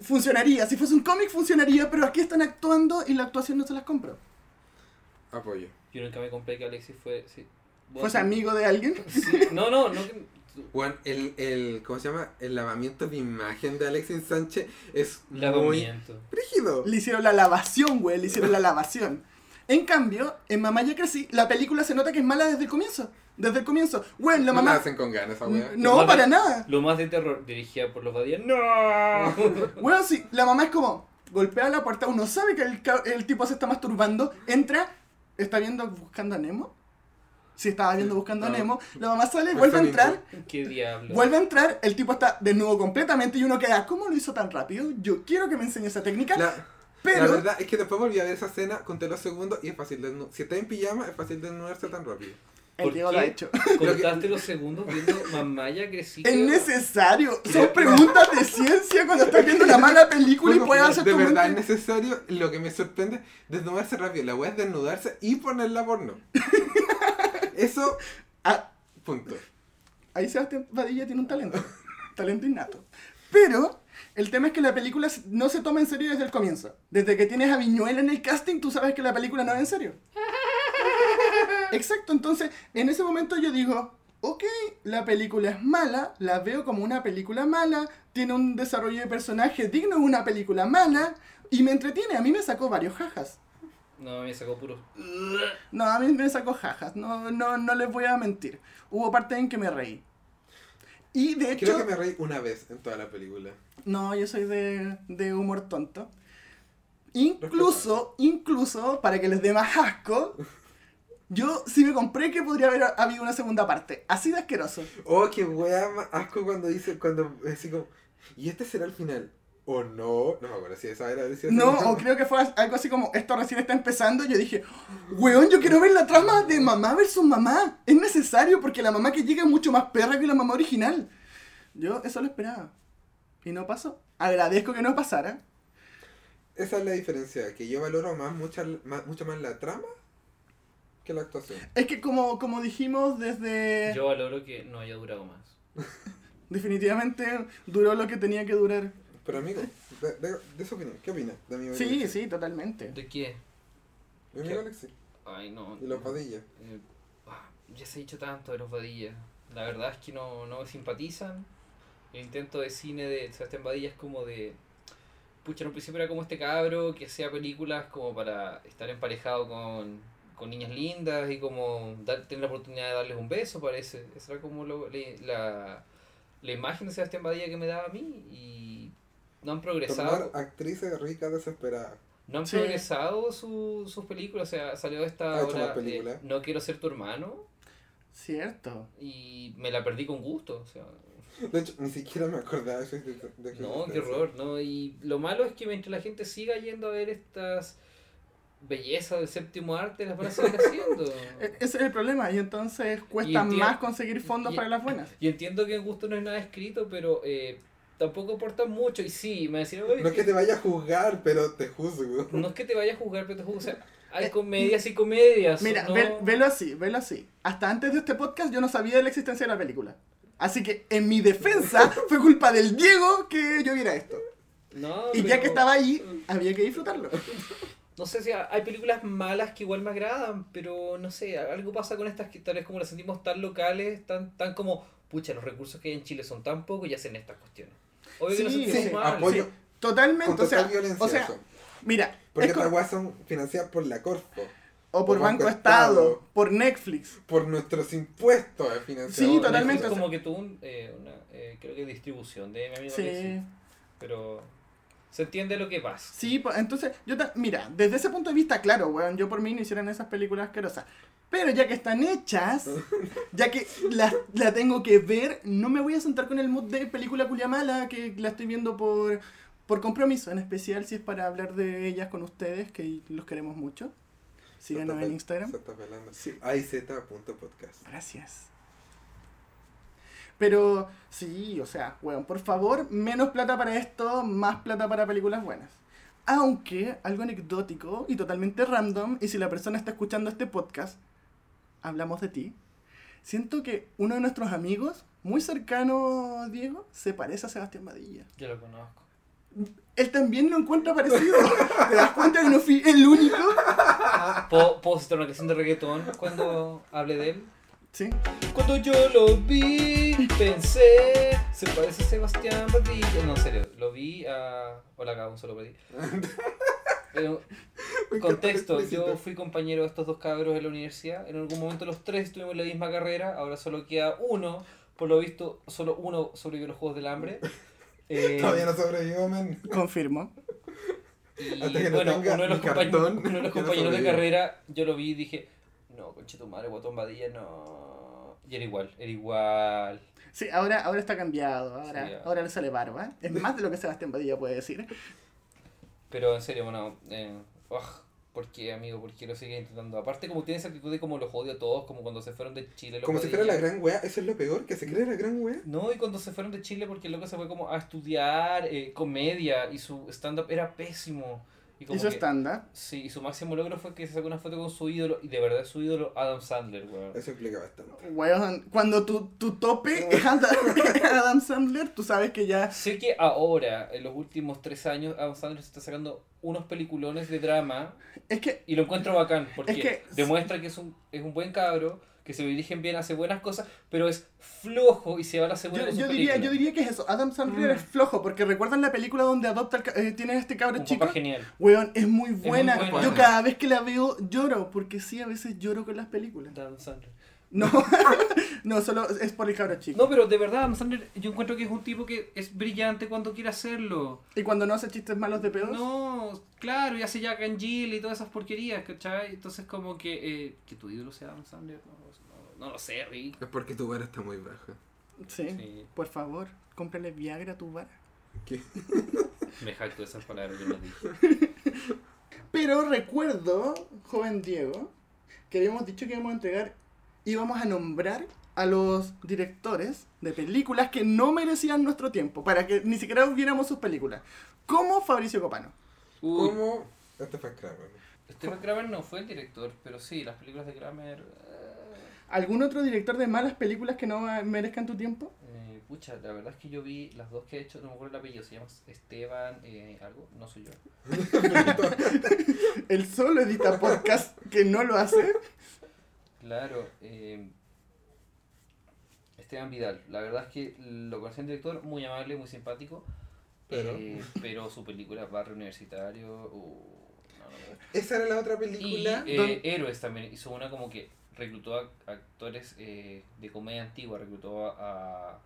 C: funcionaría. Si fuese un cómic, funcionaría, pero aquí están actuando y la actuación no se las compro.
B: Apoyo.
D: Yo nunca me compré que Alexis fue. Sí,
C: ¿Fuese amigo de alguien?
D: Sí, No, no, no. que-
B: Bueno, el, el, ¿cómo se llama? El lavamiento de imagen de Alexis Sánchez es muy
D: Lavamiento.
B: rígido.
C: Le hicieron la lavación, güey, le hicieron la lavación. En cambio, en Mamá ya crecí, la película se nota que es mala desde el comienzo. Desde el comienzo. Güey, la
B: No la
C: mamá...
B: hacen con ganas, esa wea.
C: No, para nada.
D: Lo más de terror, dirigida por los Badía. ¡No!
C: Bueno, sí, la mamá es como, golpea la puerta, uno sabe que el, ca- el tipo se está masturbando, entra, está viendo buscando a Nemo. Si estaba viendo buscando a
D: No.
C: Nemo, la mamá sale,
B: Pues
C: vuelve a
B: son
C: entrar,
D: ¡Qué diablo!
C: vuelve a entrar, el tipo está desnudo completamente y uno queda, ¿cómo lo hizo tan rápido? Yo quiero que me enseñe esa técnica,
B: La,
C: pero...
B: la verdad es que después volví a ver esa escena, conté los segundos y es fácil desnudar. Si estás en pijama, es fácil desnudarse tan rápido.
C: el
D: ¿Por
C: Diego
D: qué?
C: lo ha hecho.
D: Contaste los segundos viendo Mamaya crecí.
C: Es necesario. Son
B: Creo-
C: preguntas de ciencia cuando estás viendo una mala película y
B: Bueno,
C: puedes
B: pero
C: hacer
B: de
C: tu
B: verdad es
C: mente-
B: necesario, lo que me sorprende, desnudarse rápido. La wea es desnudarse y ponerla porno. Eso,
C: Ah,
B: punto.
C: ahí Sebastián Vadilla tiene un talento. talento innato. Pero el tema es que la película no se toma en serio desde el comienzo. Desde que tienes a Viñuela en el casting, tú sabes que la película no es en serio. Exacto, entonces en ese momento yo digo, ok, la película es mala, la veo como una película mala, tiene un desarrollo de personaje digno de una película mala y me entretiene, a mí me sacó varios jajas.
D: No, me sacó puro.
C: No, a mí me sacó jajas, no, no, no les voy a mentir. Hubo parte en que me reí. Y de hecho...
B: Creo que me reí una vez en toda la película.
C: No, yo soy de, de humor tonto. Incluso, incluso, para que les dé más asco, yo sí me compré que podría haber habido una segunda parte. Así de asqueroso.
B: Oh, qué wea más asco cuando dice, cuando así como, y este será el final. O no, no me acuerdo si esa era si esa
C: No,
B: era-
C: o creo que fue algo así como, esto recién está empezando. Yo dije, weón, yo quiero ver la trama de mamá versus mamá. Es necesario porque la mamá que llega es mucho más perra que la mamá original. Yo eso lo esperaba. Y no pasó. Agradezco que no pasara.
B: Esa es la diferencia, que yo valoro más, mucha, más- mucho más la trama que la actuación.
C: Es que como, como dijimos desde...
D: Yo valoro que no haya durado más.
C: Definitivamente duró lo que tenía que durar.
B: Pero amigo, de, de- de su opinión, ¿qué opina de mi
C: Sí,
B: Alexis?
C: sí, totalmente.
D: ¿De qué?
B: Mi amigo Alexis,
D: Ay, no.
B: y los padillas.
D: Eh, ah, ya se ha dicho tanto de los Badillas. La verdad es que no, no simpatizan. El intento de cine de Sebastián Badilla es como de. Pucha, en un principio era como este cabro que hacía películas como para estar emparejado con, con niñas lindas y como dar- tener la oportunidad de darles un beso, parece. Esa era como lo- la, la, la imagen de Sebastián Badilla que me daba a mí y no han progresado.
B: Tomar actrices ricas desesperadas.
D: No han
C: Sí.
D: progresado su- sus películas. O sea, salió esta
B: Ha hecho
D: ahora,
B: más películas.
D: eh, No quiero ser tu hermano
C: Cierto.
D: y me la perdí con gusto. O sea,
B: De hecho, ni siquiera me acordaba de su existen- de su
D: no, qué
B: existencia.
D: horror, ¿no? Y lo malo es que mientras la gente siga yendo a ver estas bellezas del séptimo arte, las van a seguir haciendo.
C: E- ese es el problema y entonces cuesta
D: entiendo-
C: más conseguir fondos
D: y-
C: para las buenas.
D: Y entiendo que en gusto no es nada escrito, pero eh, tampoco aporta mucho. Y sí, me decían, "Oye,
B: No es que te vaya a juzgar, pero te juzgo.
D: no es que te vayas a jugar, pero te juzgo". O sea, hay comedias y comedias.
C: Mira,
D: ¿no?
C: ve- velo así, velo así. Hasta antes de este podcast yo no sabía de la existencia de la película. Así que en mi defensa fue culpa del Diego que yo viera esto.
D: No,
C: Y ya
D: pero-
C: que estaba ahí, había que disfrutarlo.
D: No sé si hay películas malas que igual me agradan, pero no sé, algo pasa con estas que tal vez como las sentimos tan locales, tan, tan como, pucha, los recursos que hay en Chile son tan pocos y hacen estas cuestiones. Obvio que nos
C: Sí,
D: sentimos
C: sí,
D: mal.
B: apoyo.
D: sí.
C: Totalmente,
B: Con
C: o sea,
B: total violencia.
C: o sea,
B: eso.
C: mira,
B: Porque
C: es co-
B: estas weas son financiadas por la Corfo.
C: o
B: por
C: por Banco,
B: Banco
C: Estado,
B: Estado.
C: por Netflix.
B: Por nuestros impuestos es financiado.
C: Sí,
B: por
C: totalmente,
D: Es
B: Netflix.
D: como que tuvo un, eh, una, eh, creo que distribución de mi amigo
C: Sí.
D: Alexis, pero se entiende lo que pasa.
C: Sí, pues, entonces, yo ta- mira, desde ese punto de vista, claro, weón, yo por mí no hicieran esas películas asquerosas. Pero ya que están hechas, ya que la, la tengo que ver, no me voy a sentar con el mood de película culia mala que la estoy viendo por, por compromiso, en especial si es para hablar de ellas con ustedes, que los queremos mucho.
B: Se está
C: Síganos en
B: pel-
C: Instagram.
B: Se está pelando.
C: Sí.
B: AIZ.podcast.
C: Gracias. Pero sí, o sea, weón, por favor, menos plata para esto, más plata para películas buenas. Aunque algo anecdótico y totalmente random, y si la persona está escuchando este podcast, hablamos de ti. Siento que uno de nuestros amigos, muy cercano, Diego, se parece a Sebastián Badilla.
D: Yo lo conozco.
C: Él también lo encuentra parecido. ¿Te das cuenta que no fui el único? Ah,
D: ¿Puedo, puedo citar una canción de reggaetón cuando hable de él?
C: Sí.
D: Cuando yo lo vi, pensé, se parece a Sebastián Badilla. No, en serio, lo vi a. Hola, acá, un solo para ti. Pero, contexto, yo fui compañero de estos dos cabros en la universidad. En algún momento los tres tuvimos la misma carrera, ahora solo queda uno. Por lo visto, solo uno sobrevivió a los Juegos del Hambre. Eh,
B: Todavía no sobrevivo, men.
C: Confirmo.
D: Eh, Y
B: Hasta que no
D: bueno,
B: tenga
D: uno de los,
B: mi
D: compañ-
B: cartón,
D: uno de los
B: yo no
D: compañeros de
B: sobrevivo.
D: carrera, yo lo vi y dije, no, conche tu madre, guatón Badilla, no. Y era igual, era igual.
C: Sí, ahora, ahora está cambiado. Ahora,
D: Sí, ya.
C: ahora le sale barba. Es más de lo que Sebastián Badilla puede decir.
D: Pero en serio, bueno, eh, ugh, ¿por qué, amigo? ¿Por qué lo siguen intentando? Aparte, como tiene esa actitud de como los odio a todos, como cuando se fueron de Chile. los
B: Como si
D: Badilla.
B: fuera la gran wea, eso es lo peor, que se cree la gran wea.
D: No, y cuando se fueron de Chile, porque el loco se fue como a estudiar eh, comedia y su stand-up era pésimo. Y como
C: Hizo
D: que-
C: stand-up.
D: Sí, y su máximo logro fue que se sacó una foto con su ídolo, y de verdad es su ídolo, Adam Sandler, weón.
B: Eso explica bastante.
C: Weón, cuando tu, tu tope es Adam, Adam Sandler, tú sabes que ya.
D: Sé que ahora, en los últimos tres años, Adam Sandler se está sacando unos peliculones de drama
C: Es que
D: y lo encuentro bacán porque
C: Es que-
D: demuestra que es un, es un buen cabro, que se lo dirigen bien, hace buenas cosas, pero es flojo y se va a la segunda
C: yo,
D: con sus
C: yo diría, yo
D: películas.
C: diría que es eso. Adam Sandler
D: Mm.
C: es flojo, porque recuerdan la película donde adopta el ca- eh, tiene este cabro
D: Un
C: chico.
D: papá genial.
C: Weón, es muy buena.
D: buena.
C: Yo cada vez que la veo lloro, porque sí, a veces lloro con las películas.
D: Adam Sandler.
C: No, no, solo es por el cabro chico.
F: No, pero de verdad, Adam Sandler, yo encuentro que es un tipo que es brillante cuando quiere hacerlo.
C: Y cuando no hace chistes malos de pedos.
F: No, claro, y hace Jack and Jill y todas esas porquerías, ¿cachai? Entonces, como que eh, que tu ídolo sea Adam Sandler, no, no- no lo sé, Rick.
B: Es porque tu vara está muy baja.
C: Sí.
D: Sí,
C: Por favor, cómprale Viagra a tu vara.
B: ¿Qué?
D: me jacto de esas palabras, yo las dije.
C: Pero recuerdo, joven Diego, que habíamos dicho que íbamos a entregar, íbamos a nombrar a los directores de películas que no merecían nuestro tiempo, para que ni siquiera viéramos sus películas. Como Fabricio Copano.
F: Uy,
B: ¿Cómo? Esto fue Scrabble.
D: Stephen Kramer no fue el director, pero sí, las películas de Kramer... eh,
C: ¿Algún otro director de malas películas que no merezcan tu tiempo?
D: Eh, pucha, la verdad es que yo vi las dos que he hecho, no me acuerdo el apellido, se llama Esteban, eh, algo, no soy yo.
C: El solo edita podcast que no lo hace.
D: Claro, eh, Esteban Vidal, la verdad es que lo conocí en director, muy amable, muy simpático,
B: Pero-
D: eh, pero su película Barrio Universitario, uh, no, no me gusta.
B: Esa era la otra
D: Y
B: película.
D: eh,
C: Don-
D: Héroes también, hizo una como que reclutó a actores eh, de comedia antigua, reclutó a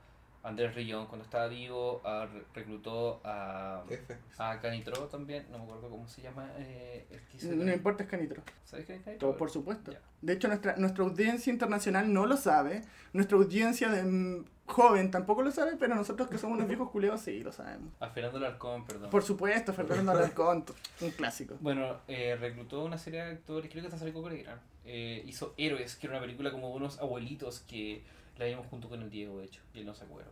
D: Andrés Rillón cuando estaba vivo, a- reclutó a...
B: F.
D: A Canitro también, no me acuerdo cómo se llama. Eh, el que hizo-
C: No importa, es Canitro.
D: ¿Sabes qué es Canitro?
C: Todo, por supuesto.
D: Ya.
C: De hecho, nuestra, nuestra audiencia internacional no lo sabe. Nuestra audiencia de mm, joven tampoco lo sabe, pero nosotros que somos unos viejos culeos sí lo sabemos.
D: A Fernando Larcón, perdón.
C: Por supuesto, Fernando Alarcón, un clásico.
D: Bueno, eh, reclutó una serie de actores, creo que hasta salió Cochran. Eh, hizo Héroes, que era una película como de unos abuelitos que la vimos junto con el Diego, de hecho, y él no se acuerda.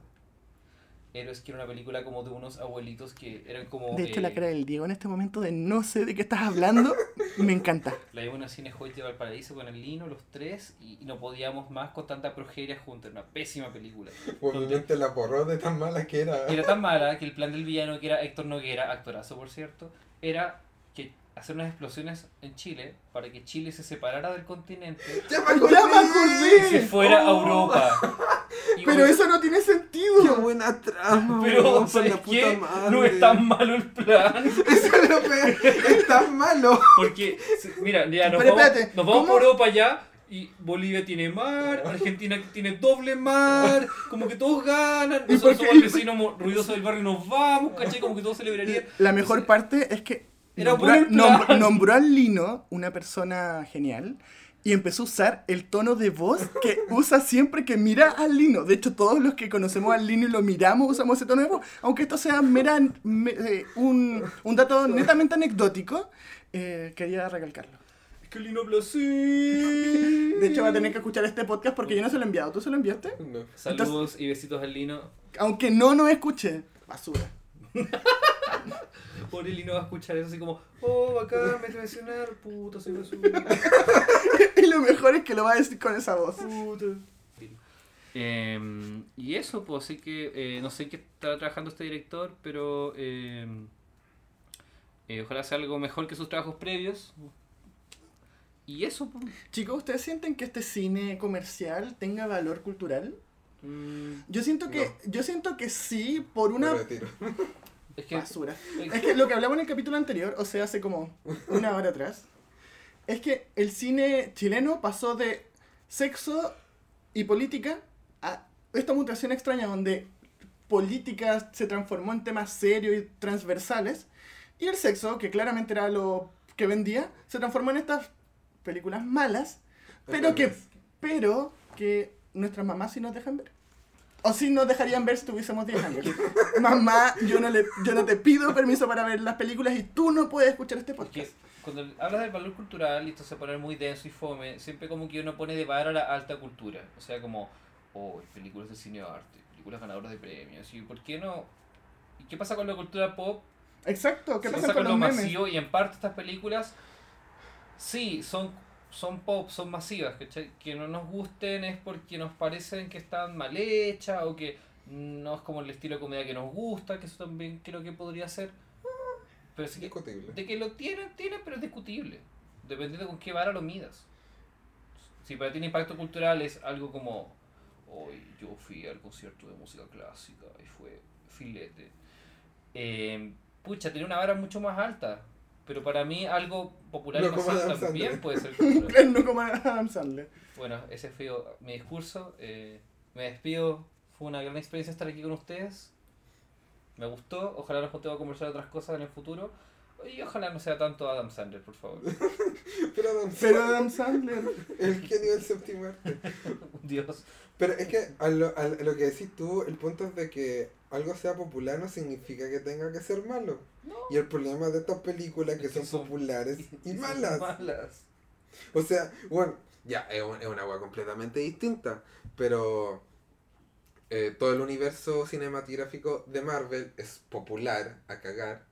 D: Héroes, que era una película como de unos abuelitos que eran como.
C: De hecho,
D: eh,
C: la cara del Diego en este momento de no sé de qué estás hablando, me encanta.
D: La vimos en el cine Hoy de Valparaíso con el Lino, los tres, y, y no podíamos más con tanta progeria juntos. Era una pésima película.
B: Pues mi mente la borró de tan mala que era.
D: Y era tan mala que el plan del villano, que era Héctor Noguera, actorazo por cierto, era que hacer unas explosiones en Chile para que Chile se separara del continente
B: ¡Ya me
C: ¡Ya me
D: y
C: acordé!
D: se fuera a
C: Oh.
D: Europa. Y
C: Pero
D: un-
C: eso no tiene
B: ¡Qué
C: sentido.
B: buena trama!
D: pero
B: weón, por
D: ¿sabes
B: la puta
D: qué?
B: madre!
D: no es tan malo el plan.
B: ¡Eso es lo peor! ¡Es tan malo!
D: Porque, se- mira, ya nos
C: Pero
D: vamos,
C: espérate,
D: nos vamos
C: ¿cómo?
D: por Europa ya. Y Bolivia tiene mar, Argentina tiene doble mar, como que todos ganan,
C: ¿Y
D: nosotros
C: por qué?
D: somos el vecino mo- ruidoso del barrio y nos vamos, caché, como que todos celebrarían.
C: La mejor parte es que
D: Era
C: nombró,
D: bueno el plan.
C: nombr- nombró al Lino, una persona genial, y empezó a usar el tono de voz que usa siempre que mira al Lino. De hecho, todos los que conocemos al Lino y lo miramos usamos ese tono de voz, aunque esto sea mera, me- eh, un, un dato netamente anecdótico, eh, quería recalcarlo.
D: Kelina Blasi.
C: De hecho, va a tener que escuchar este podcast porque yo no se lo he enviado. ¿Tú se lo enviaste?
B: No.
D: Saludos y besitos al Lino.
C: Aunque no nos escuche. Basura.
D: Pobre Lino va a escuchar eso así como, oh, bacán, me traicionaron, puta, soy basura,
C: y lo mejor es que lo va a decir con esa voz.
D: puta. Em,
G: Eh, y eso, pues así que eh, no sé en qué está trabajando este director, pero eh,
D: em,
G: eh, ojalá sea algo mejor que sus trabajos previos. Y eso, pues,
C: Chicos, ¿ustedes sienten que este cine comercial tenga valor cultural?
G: mm,
C: Yo siento que, yo siento que sí, por una
B: Me retiro.
D: Es que,
C: basura. Es que lo que hablamos en el capítulo anterior, o sea, hace como una hora atrás, es que el cine chileno pasó de sexo y política a esta mutación extraña donde política se transformó en temas serios y transversales y el sexo, que claramente era lo que vendía, se transformó en estas películas malas, pero que, pero que nuestras mamás sí nos dejan ver. O sí nos dejarían ver si tuviésemos 10 años. Mamá, yo no, le, yo no te pido permiso para ver las películas y tú no puedes escuchar este
D: es que
C: podcast.
D: cuando hablas del valor cultural y esto se pone muy denso y fome, siempre como que uno pone de vara la alta cultura. O sea, como, oh, películas de cine arte, películas ganadoras de premios. ¿Y por qué no? ¿Y qué pasa con la cultura pop?
C: Exacto, ¿qué
D: Se
C: pasa
D: pasa
C: con los
D: lo
C: memes?
D: masivo y en parte estas películas sí son son pop, son masivas, ¿cachai? Que no nos gusten es porque nos parecen que están mal hechas o que no es como el estilo de comedia que nos gusta, que eso también creo que podría ser. Pero sí que,
B: Discutible.
D: de que lo tienen, tienen, pero es discutible. Dependiendo con qué vara lo midas. Si para ti el impacto cultural es algo como, hoy yo fui al concierto de música clásica y fue filete. Eh, pucha, tiene una vara mucho más alta. Pero para mí algo popular
B: No
D: y
B: como
D: masivo
B: Adam Sandler.
D: también puede ser cultural.
C: Claro, no como Adam Sandler.
D: Bueno, ese fue mi discurso. eh, me despido. Fue una gran experiencia estar aquí con ustedes. Me gustó. Ojalá nos juntemos a conversar de otras cosas en el futuro. Y ojalá no sea tanto Adam Sandler, por favor.
B: Pero Adam Sandler,
C: Pero Adam Sandler.
B: el genio del séptimo arte.
D: Dios.
B: Pero es que a lo, a lo que decís tú, el punto es de que algo sea popular no significa que tenga que ser malo. Y el problema de estas películas que
D: Es que
B: son
D: son-
B: populares y
D: Son
B: malas.
D: Malas.
B: O sea, bueno, ya es, un- es una agua completamente distinta, pero eh, todo el universo cinematográfico de Marvel es popular a cagar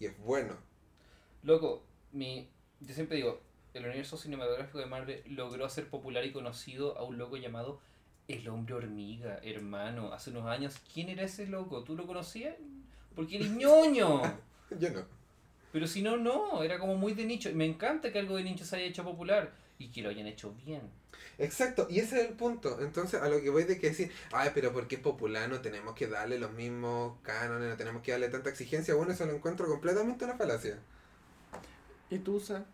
B: y es bueno.
D: Loco, mi, yo siempre digo, el universo cinematográfico de Marvel logró hacer popular y conocido a un loco llamado el hombre hormiga, hermano. Hace unos años, ¿quién era ese loco? ¿Tú lo conocías? Porque eres ñoño.
B: Yo no.
D: Pero si no, no, era como muy de nicho. Y me encanta que algo de nicho se haya hecho popular y que lo hayan hecho bien.
B: Exacto, y ese es el punto. Entonces, a lo que voy de que decir, ay, pero porque es popular, no tenemos que darle los mismos cánones, no tenemos que darle tanta exigencia. Bueno, eso lo encuentro completamente una falacia.
C: Y Tusa.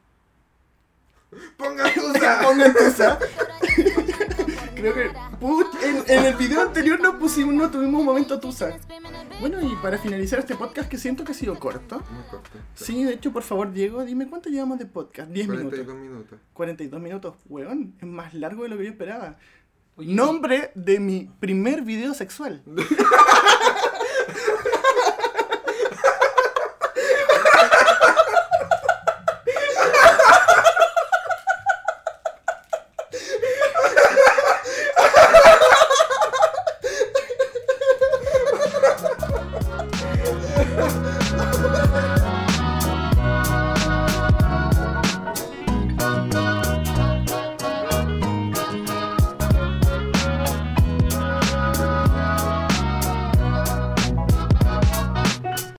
B: ¡Ponga tusa!
C: Pongan Tusa. Creo que. Put, en, en el video anterior no pusimos, no tuvimos un momento Tusa. Bueno, y para finalizar este podcast que siento que ha sido corto.
B: Muy corto.
C: Sí, de hecho, por favor, Diego, dime cuánto llevamos de podcast. 10 minutos.
B: 42 minutos.
C: 42 minutos, weón. Es más largo de lo que yo esperaba.
D: Oye,
C: Nombre de mi primer video sexual.